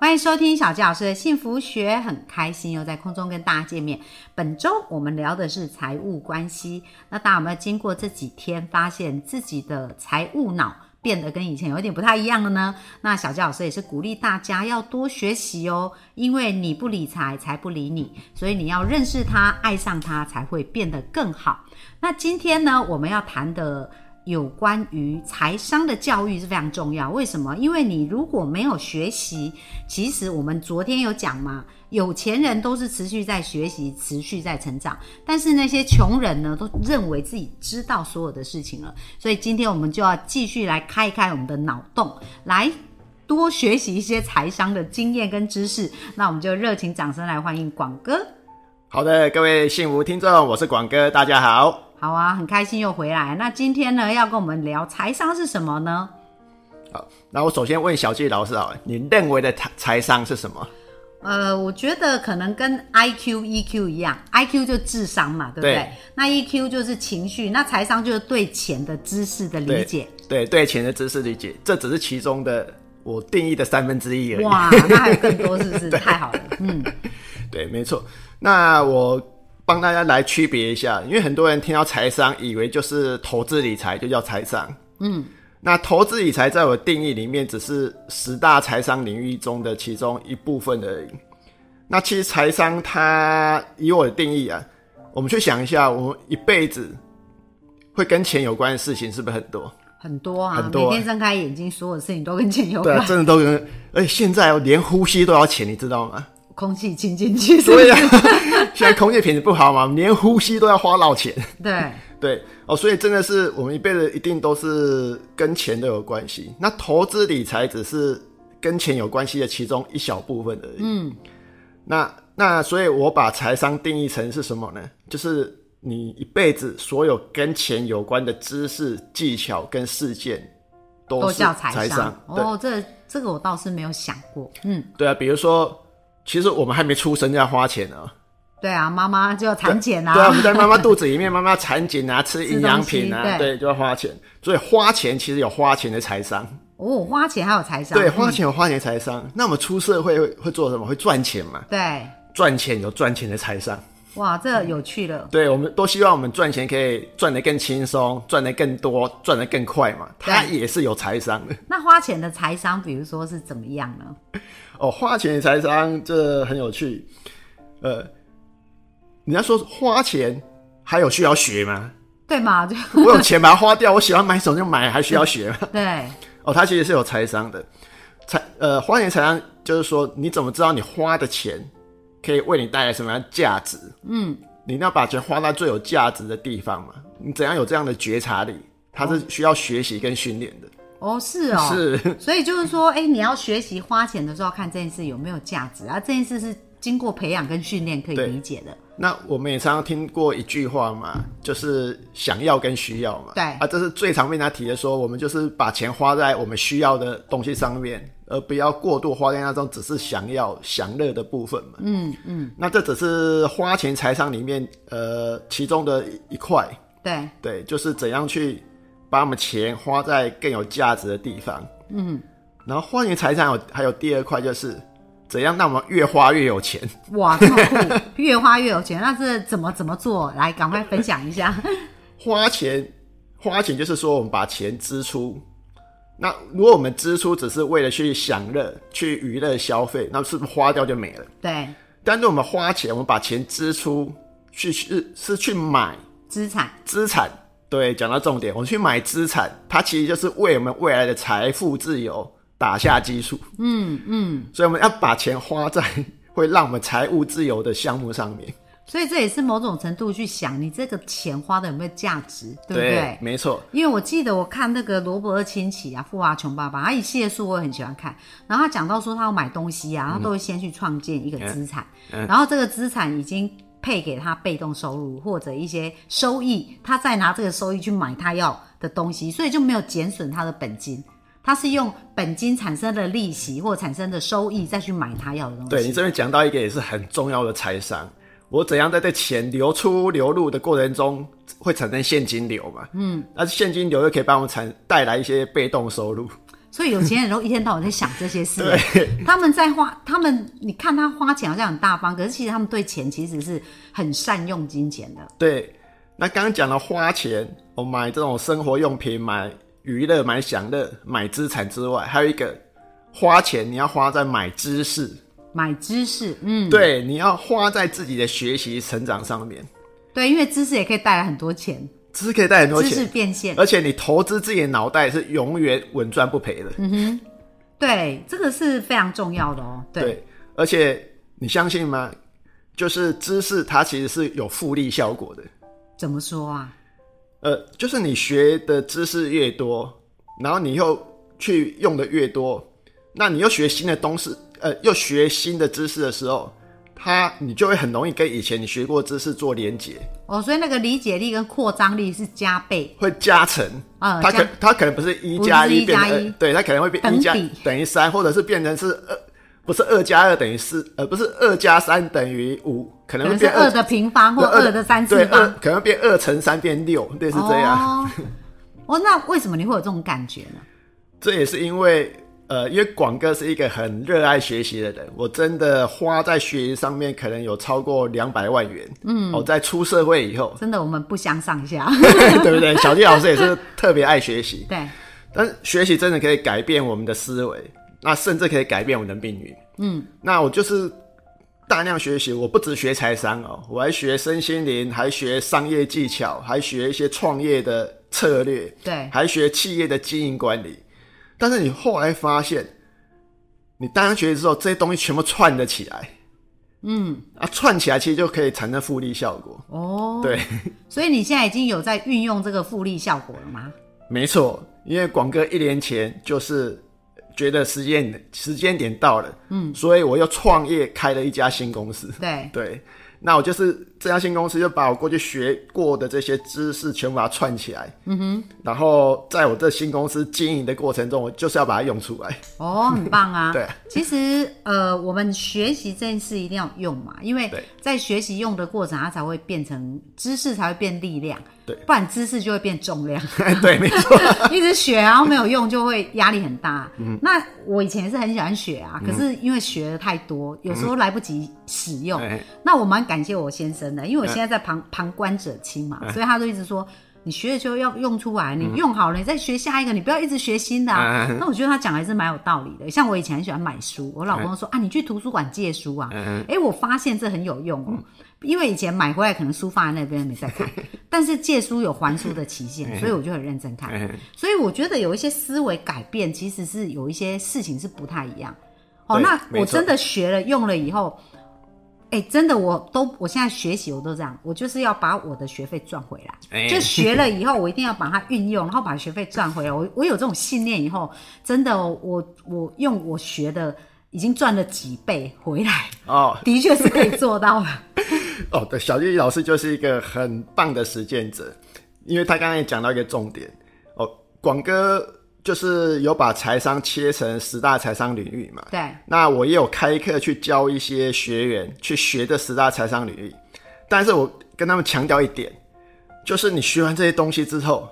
欢迎收听小纪老师的幸福学，很开心又在空中跟大家见面。本周我们聊的是财务关系，那大家有没有经过这几天，发现自己的财务脑变得跟以前有点不太一样了呢？那小纪老师也是鼓励大家要多学习哦，因为你不理财，财不理你，所以你要认识它，爱上它，才会变得更好。那今天呢，我们要谈的。有关于财商的教育是非常重要，为什么？因为你如果没有学习，其实我们昨天有讲嘛，有钱人都是持续在学习，持续在成长，但是那些穷人呢，都认为自己知道所有的事情了。所以今天我们就要继续来开一开我们的脑洞，来多学习一些财商的经验跟知识。那我们就热情掌声来欢迎广哥。好的，各位幸福听众，我是广哥，大家好。好啊，很开心又回来。那今天呢，要跟我们聊财商是什么呢？好，那我首先问小纪老师啊，你认为的财财商是什么？呃，我觉得可能跟 I Q E Q 一样，I Q 就智商嘛，对不对？对那 E Q 就是情绪，那财商就是对钱的知识的理解。对对钱的知识理解，这只是其中的我定义的三分之一而已。哇，那还有更多是不 是？太好了，嗯，对，没错。那我帮大家来区别一下，因为很多人听到财商，以为就是投资理财就叫财商。嗯，那投资理财在我定义里面，只是十大财商领域中的其中一部分而已。那其实财商它以我的定义啊，我们去想一下，我们一辈子会跟钱有关的事情是不是很多？很多啊， 很多啊每天睁开眼睛，所有事情都跟钱有对关，啊，真的都跟，而且现在哦连呼吸都要钱，你知道吗？空气清净剂，对呀、现在空气品质不好嘛，连呼吸都要花到钱。对，对哦，所以真的是我们一辈子一定都是跟钱都有关系。那投资理财只是跟钱有关系的其中一小部分而已。嗯，那那所以我把财商定义成是什么呢？就是你一辈子所有跟钱有关的知识、技巧跟事件都都是叫财商。对、哦，这这个我倒是没有想过，嗯，对啊，比如说，其实我们还没出生就要花钱啊。对啊，妈妈就要产检对啊，我们在妈妈肚子里面，妈妈产检啊，吃营养品吃东啊，西对对，就要花钱。所以花钱其实有花钱的财商，哦，花钱还有财商，对，嗯花钱有花钱的财商。那我们出社会会会做什么？会赚钱嘛？对，赚钱有赚钱的财商。哇，这有趣了，对，我们都希望我们赚钱可以赚得更轻松，赚得更多，赚得更快嘛。它对也是有财商的那花钱的财商，比如说是怎么样呢？哦。花钱的财商这很有趣，呃，你要说花钱还有需要学吗？对嘛？就我有钱把它花掉，我喜欢买什么就买，还需要学吗？ 对哦，它其实是有财商的，财呃花钱财商就是说，你怎么知道你花的钱可以为你带来什么样的价值？嗯，你一定要把钱花到最有价值的地方嘛。你怎样有这样的觉察力？它是需要学习跟训练的，哦，是哦，。是所以就是说，哎、你要学习花钱的时候，看这件事有没有价值啊？这件事是经过培养跟训练可以对理解的。那我们也常常听过一句话嘛，就是想要跟需要嘛。对啊，这是最常被他提的说，我们就是把钱花在我们需要的东西上面，而不要过度花在那种只是想要享乐的部分嘛。嗯嗯。那这只是花钱财商里面呃其中的一块，对，对，就是怎样去把我们钱花在更有价值的地方。嗯。然后花钱财商有还有第二块就是怎样让我们越花越有钱。哇，这么酷，越花越有钱，那是怎么怎么做？来，赶快分享一 下。花钱，花钱就是说我们把钱支出。那如果我们支出只是为了去享乐、去娱乐消费，那是不是花掉就没了？对，但是我们花钱，我们把钱支出去是是去买资产，资产。对，讲到重点，我们去买资产，它其实就是为我们未来的财富自由打下基础。嗯嗯，所以我们要把钱花在会让我们财务自由的项目上面。所以这也是某种程度去想，你这个钱花的有没有价值，对不对没错。因为我记得我看那个罗伯特清崎啊，《富爸穷爸爸》，他一系列书我也很喜欢看。然后他嗯讲到说他要买东西啊，他都会先去创建一个资产，然后这个资产已经。配给他被动收入或者一些收益，他再拿这个收益去买他要的东西，所以就没有减损他的本金。他是用本金产生的利息或产生的收益再去买他要的东西。对你这边讲到一个也是很重要的财商，我怎样在这钱流出流入的过程中会产生现金流嘛？嗯，那现金流又可以帮我产带来一些被动收入。所以有钱人都一天到晚在想这些事，他们在花，他们你看他花钱好像很大方，可是其实他们对钱其实是很善用金钱的。对，那刚刚讲了花钱，我买这种生活用品、买娱乐、买享乐、买资产之外，还有一个花钱你要花在买知识，买知识，嗯，对，你要花在自己的学习成长上面。对，因为知识也可以带来很多钱，知识可以带很多知识钱，呃变现。而且你投资自己的脑袋是永远稳赚不赔的。对，这个是非常重要的哦。对，对，而且你相信吗？就是知识它其实是有复利效果的。怎么说啊？呃，就是你学的知识越多，然后你又去用的越多，那你又学新的东西，呃，又学新的知识的时候，它你就会很容易跟以前你学过的知识做连结，哦，所以那个理解力跟扩张力是加倍，会加成。啊它加可它可能不是一不是加一一变加成一二，对，它可能会变等一加比等于三，或者是变成是二，不是二加二等于四，呃，不是二加三等于五，可可能会能是变二的平方或对二的三次对二方，可能变二乘三变六，类似这样。哦。哦，那为什么你会有这种感觉呢？，这也是因为，呃，因为广哥是一个很热爱学习的人，我真的花在学习上面可能有超过两百万元。嗯，我、在出社会以后真的，我们不相上下。 对不对？小弟老师也是特别爱学习，对，但是学习真的可以改变我们的思维，那甚至可以改变我们的命运。嗯，那我就是。大量学习，我不只学财商哦，我还学身心灵，还学商业技巧，还学一些创业的策略。对，还学企业的经营管理，但是你后来发现，你大量学习之后，这些东西全部串得起来，嗯，啊，串起来其实就可以产生复利效果。哦，对，所以你现在已经有在运用这个复利效果了吗？没错，因为广哥一年前就是觉得时间时间点到了，嗯，所以我又创业开了一家新公司。对，对，那我就是这家新公司就把我过去学过的这些知识全部把它串起来，嗯哼，然后在我这新公司经营的过程中，我就是要把它用出来。哦，很棒啊。 对，其实呃，我们学习这件事一定要用嘛，因为对在学习用的过程，它才会变成知识，才会变力量。对不然知识就会变重量， 对，没错。一直学然后没有用，就会压力很大。嗯那我以前也是很喜欢学啊，可是因为学的太多，有时候来不及使用。哎那我蛮感谢我先生的，因为我现在在旁、旁观者清嘛，所以他就一直说。你学的就要用出来，你用好了，你再学下一个，你不要一直学新的、啊。嗯那我觉得他讲还是蛮有道理的。像我以前很喜欢买书，我老公说、啊，你去图书馆借书啊。哎、我发现这很有用哦、因为以前买回来可能书放在那边没在看，但是借书有还书的期限，所以我就很认真看。哎所以我觉得有一些思维改变，其实是有一些事情是不太一样。哦，对那没我错真的学了用了以后，哎、真的我都我现在学习我都这样，我就是要把我的学费赚回来。哎就学了以后，我一定要把它运用，然后把学费赚回来。我我有这种信念以后，真的哦我我用我学的已经赚了几倍回来，哦的确是可以做到了。哦，对，小丽老师就是一个很棒的实践者，因为他刚才也讲到一个重点哦，广哥就是有把财商切成十大财商领域嘛，对， 那我也有开课去教一些学员去学这十大财商领域，但是我跟他们强调一点，就是你学完这些东西之后。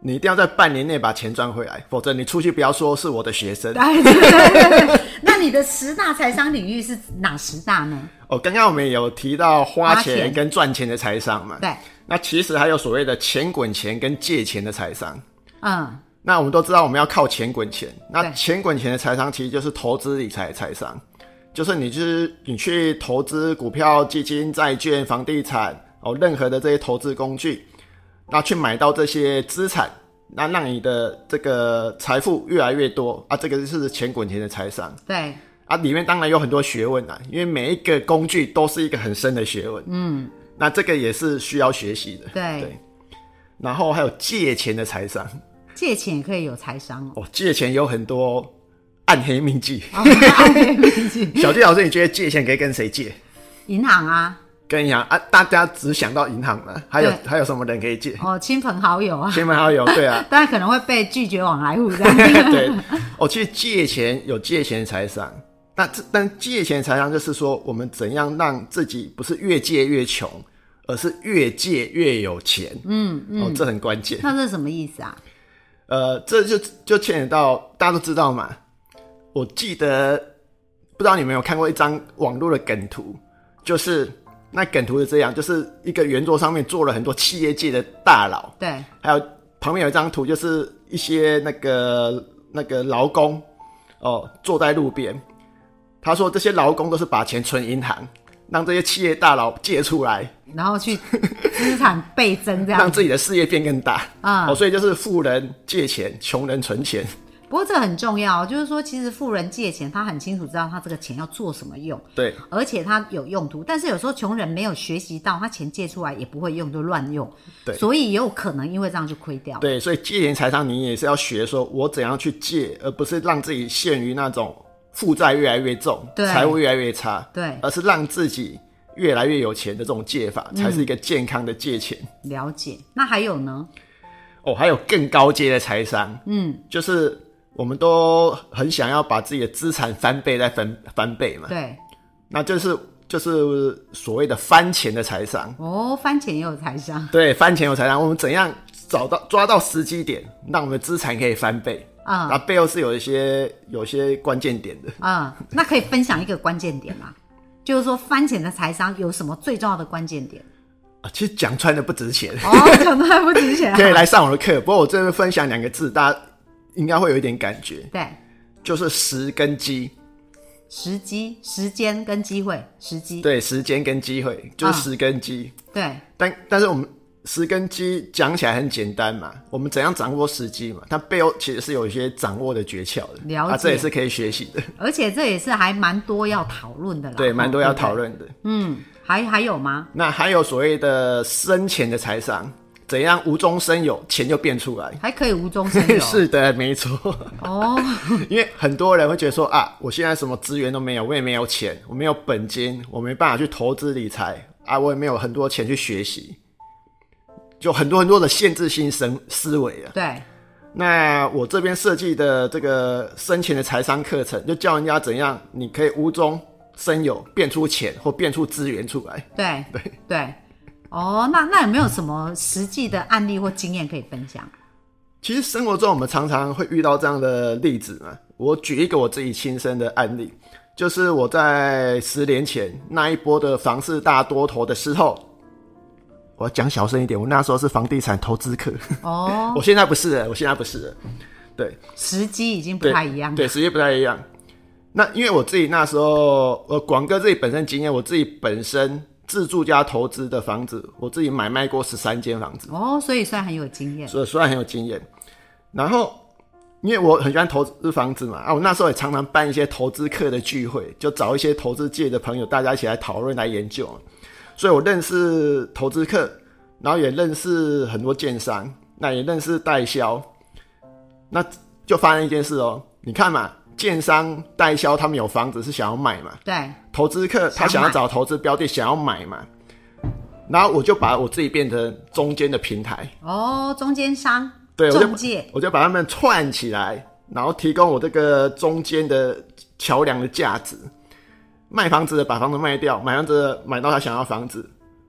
你一定要在半年内把钱赚回来，否则你出去不要说是我的学生。哎对对对对对。那你的十大财商领域是哪十大呢？哦，刚刚我们也有提到花花钱钱跟赚钱的财商嘛，对，那其实还有所谓的钱滚钱跟借钱的财商。嗯，那我们都知道我们要靠钱滚钱，那对钱滚钱的财商其实就是投资理财的财商，就是你就是你去投资股票、基金、债券、房地产哦，任何的这些投资工具，那去买到这些资产，那让你的这个财富越来越多啊，这个就是钱滚钱的财商。对。啊，里面当然有很多学问啊，因为每一个工具都是一个很深的学问。嗯，那这个也是需要学习的。对然后还有借钱的财商借钱也可以有财商哦。 哦，借钱有很多暗黑秘籍。哦暗黑秘籍小季老师，你觉得借钱可以跟谁借？银行啊，跟你讲啊，大家只想到银行了，还有对还有什么人可以借？哦，亲朋好友啊，亲朋好友，对啊，当然可能会被拒绝往来户这样。 对，我、其实借钱有借钱财商，那这但借钱财商就是说，我们怎样让自己不是越借越穷，而是越借越有钱。嗯嗯，哦，这很关键。那这是什么意思啊？呃，这就就牵扯到大家都知道嘛。我记得不知道你们有看过一张网络的梗图，就是那梗图是这样，就是一个圆桌上面坐了很多企业界的大佬，对，还有旁边有一张图，就是一些那个那个劳工哦坐在路边，他说这些劳工都是把钱存银行，让这些企业大佬借出来，然后去资产倍增这样 让。自己的事业变更大啊哦，所以就是富人借钱，穷人存钱，不过这很重要，就是说，其实富人借钱，他很清楚知道他这个钱要做什么用，对而且他有用途。但是有时候穷人没有学习到，他钱借出来也不会用，就乱用，对所以也有可能因为这样就亏掉。对，所以借钱财商你也是要学，说我怎样去借，而不是让自己陷于那种负债越来越重，对财务越来越差，对，而是让自己越来越有钱的这种借法，才是一个健康的借钱。了解。那还有呢？哦，还有更高阶的财商，嗯，就是我们都很想要把自己的资产翻倍再翻翻倍嘛，对，那就是就是所谓的翻钱的财商。哦，翻钱也有财商对，翻钱有财商，我们怎样找到抓到时机点，让我们的资产可以翻倍？啊那背后是有一些有一些关键点的。啊、那可以分享一个关键点啦，就是说翻钱的财商有什么最重要的关键点？啊，其实讲穿了不值钱，哦，讲的还不值钱、啊。可以来上我的课。不过我这边分享两个字，大家应该会有一点感觉，对，就是时跟机。时机、时间跟机会，时机。对，时间跟机会啊就是时跟机。对但但是我们时跟机讲起来很简单嘛，我们怎样掌握时机嘛？它背后其实是有一些掌握的诀窍的，了解啊，这也是可以学习 的，而且这也是还蛮多要讨论的啦。对，哦蛮多要不讨论的。嗯，还还有吗？那还有所谓的生钱的财商，怎样无中生有，钱就变出来。还可以无中生有。 是的，没错。哦， 因为很多人会觉得说啊，我现在什么资源都没有，我也没有钱，我没有本金，我没办法去投资理财啊，我也没有很多钱去学习，就很多很多的限制性生思维啊。对，那我这边设计的这个生前的财商课程，就教人家怎样，你可以无中生有，变出钱或变出资源出来。对，对，对。哦，那那有没有什么实际的案例或经验可以分享？其实生活中我们常常会遇到这样的例子嘛。我举一个我自己亲身的案例，就是我在十年前那一波的房市大多头的时候，我要讲小声一点，我那时候是房地产投资客，哦，我现在不是了，我现在不是了，对，时机已经不对，太一样。对，时间不太一样。那因为我自己那时候，呃，广哥自己本身经验，我自己本身自住加投资的房子，我自己买卖过十三间房子，哦，所以算很有经验。所以虽然很有经验。然后，因为我很喜欢投资房子嘛，啊，我那时候也常常办一些投资客的聚会，就找一些投资界的朋友，大家一起来讨论、来研究。所以我认识投资客，然后也认识很多建商，那也认识代销。那就发生一件事哦，你看嘛，建商代销他们有房子是想要卖嘛，对，投资客他想要找投资标的想要买嘛，然后我就把我自己变成中间的平台。哦，中间商、对，我就中介，我就把他们串起来，然后提供我这个中间的桥梁的价值。卖房子的把房子卖掉，买房子的买到他想要房子，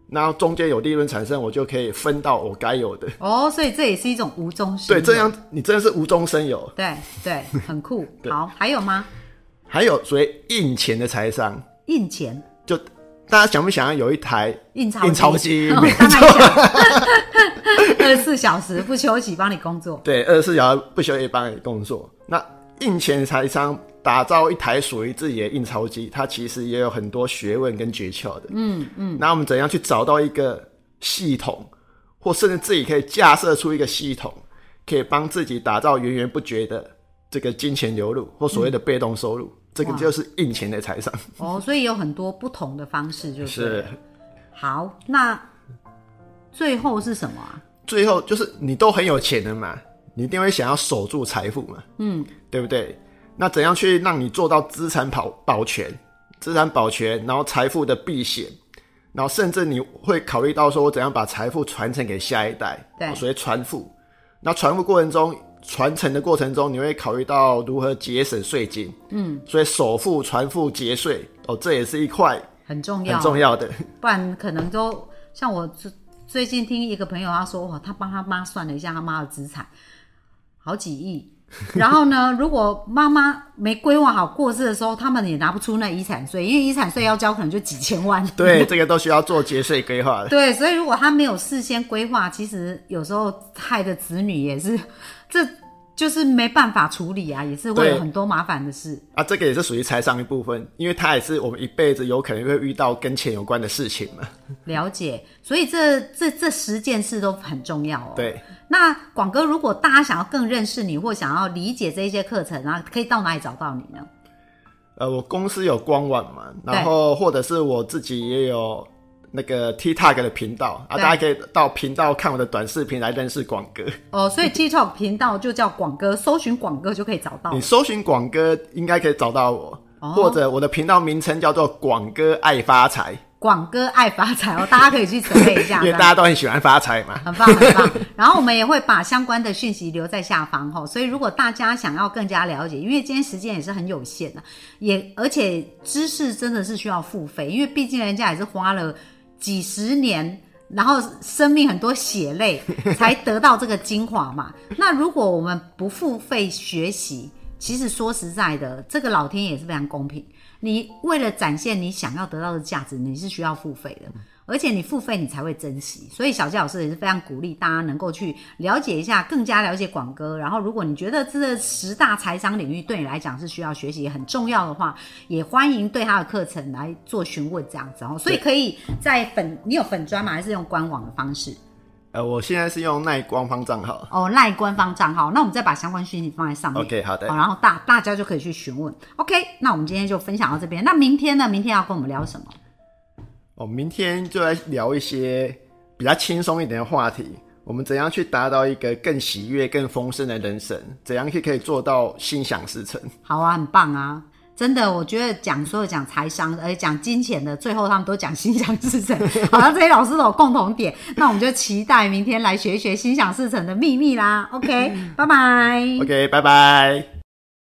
然后中间有利润产生，我就可以分到我该有的。哦，所以这也是一种无中生对，有。这样你真的是无中生有。。对对，很酷对好，还有吗？还有所谓印钱的财商，印钱、就大家想不想要有一台印钞、印钞机？哦没当然错，想， 二十四小时不休息帮你工作。对，二十四小时不休息帮你工作。那印钱财商打造一台属于自己的印钞机，它其实也有很多学问跟诀窍的。嗯嗯。那我们怎样去找到一个系统，或甚至自己可以架设出一个系统，可以帮自己打造源源不绝的这个金钱流入，或所谓的被动收入？这个就是印钱的财商。哦，所以有很多不同的方式，就是是好。那最后是什么啊？最后就是你都很有钱了嘛，你一定会想要守住财富嘛，嗯，对不对？那怎样去让你做到资产保保全、资产保全，然后财富的避险，然后甚至你会考虑到说我怎样把财富传承给下一代，哦对所谓传富。那传富过程中，传承的过程中，你会考虑到如何节省税金，嗯，所以首付、传付、节税，哦，这也是一块很重很要，啊重要的。不然可能都像我最最近听一个朋友他说，哇，他帮他妈算了一下他妈的资产，好几亿。然后呢，如果妈妈没规划好过世的时候，他们也拿不出那遗产税，因为遗产税要交可能就几千万。对，这个都需要做节税规划的。对，所以如果他没有事先规划，其实有时候害的子女也是，这就是没办法处理啊，也是会有对很多麻烦的事。啊，这个也是属于财商一部分，因为它也是我们一辈子有可能会遇到跟钱有关的事情嘛。了解，所以这这这十件事都很重要哦。对，那广哥，如果大家想要更认识你或想要理解这一些课程啊，可以到哪里找到你呢？呃，我公司有官网嘛，对然后或者是我自己也有那个 TikTok 的频道啊，对大家可以到频道看我的短视频来认识广哥。哦，所以 TikTok 频道就叫广哥，搜寻广哥就可以找到 你。搜寻广哥应该可以找到我，哦或者我的频道名称叫做广哥爱发财，广哥爱发财哦，大家可以去准备一 下。因为这大样家都很喜欢发财嘛。很棒，很棒。然后我们也会把相关的讯息留在下方哈，所以如果大家想要更加了解，因为今天时间也是很有限的，也而且知识真的是需要付费，因为毕竟人家也是花了几十年。然后生命很多血泪才得到这个精华嘛。那如果我们不付费学习，其实说实在的，这个老天也是非常公平。你为了展现你想要得到的价值，你是需要付费的，而且你付费你才会珍惜。所以小纪老师也是非常鼓励大家能够去了解一下，更加了解广哥。然后，如果你觉得这十大财商领域对你来讲是需要学习也很重要的话，也欢迎对他的课程来做询问这样子哦。所以可以在粉，你有粉砖吗？还是用官网的方式？呃，我现在是用耐官方账号。哦，赖官方账号。那我们再把相关讯息放在上面。 OK，好的好，然后大大家就可以去询问。OK，那我们今天就分享到这边。那明天呢？明天要跟我们聊什么？我们哦明天就来聊一些比较轻松一点的话题。我们怎样去达到一个更喜悦、更丰盛的人生？怎样去可以做到心想事成？好啊，很棒啊！真的，我觉得讲所有讲财商，而且讲金钱的，最后他们都讲心想事成，好像这些老师都有共同点。那我们就期待明天来学一学心想事成的秘密啦。OK，拜拜。 OK，拜拜。